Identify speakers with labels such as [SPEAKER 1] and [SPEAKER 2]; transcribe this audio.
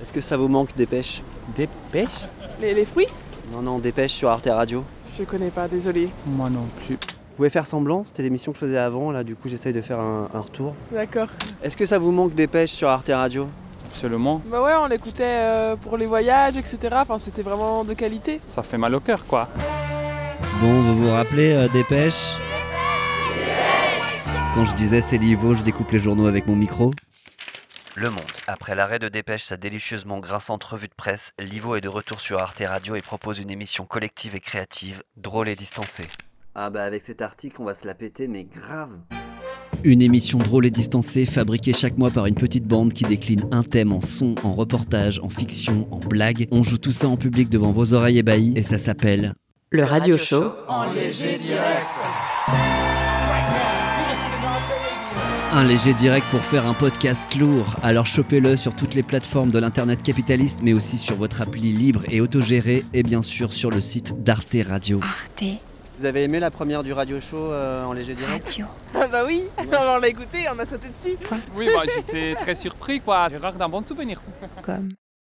[SPEAKER 1] Est-ce que ça vous manque des pêches
[SPEAKER 2] Des pêches
[SPEAKER 3] Les, les fruits
[SPEAKER 1] Non, non, des pêches sur Arte Radio.
[SPEAKER 3] Je connais pas, désolé.
[SPEAKER 2] Moi non plus.
[SPEAKER 1] Vous pouvez faire semblant, c'était l'émission que je faisais avant, là du coup j'essaye de faire un, un retour.
[SPEAKER 3] D'accord.
[SPEAKER 1] Est-ce que ça vous manque des pêches sur Arte Radio
[SPEAKER 2] Absolument.
[SPEAKER 3] Bah ouais, on l'écoutait euh, pour les voyages, etc. Enfin, c'était vraiment de qualité.
[SPEAKER 2] Ça fait mal au cœur, quoi.
[SPEAKER 1] Bon, vous vous rappelez euh, des pêches Quand je disais c'est l'Ivo, je découpe les journaux avec mon micro. Le Monde. Après l'arrêt de Dépêche, sa délicieusement grinçante revue de presse, Livo est de retour sur Arte Radio et propose une émission collective et créative, drôle et distancée. Ah bah avec cet article, on va se la péter, mais grave une émission drôle et distancée fabriquée chaque mois par une petite bande qui décline un thème en son, en reportage, en fiction, en blague. On joue tout ça en public devant vos oreilles ébahies et ça s'appelle
[SPEAKER 4] Le radio show.
[SPEAKER 1] Un léger direct pour faire un podcast lourd. Alors chopez-le sur toutes les plateformes de l'internet capitaliste, mais aussi sur votre appli libre et autogérée, et bien sûr sur le site d'Arte Radio.
[SPEAKER 5] Arte
[SPEAKER 1] Vous avez aimé la première du radio show euh, en léger direct
[SPEAKER 5] Radio.
[SPEAKER 3] Ah bah oui, on l'a écouté, on a sauté dessus.
[SPEAKER 2] Oui, moi j'étais très surpris, quoi. J'ai rare d'un bon souvenir.
[SPEAKER 5] Comme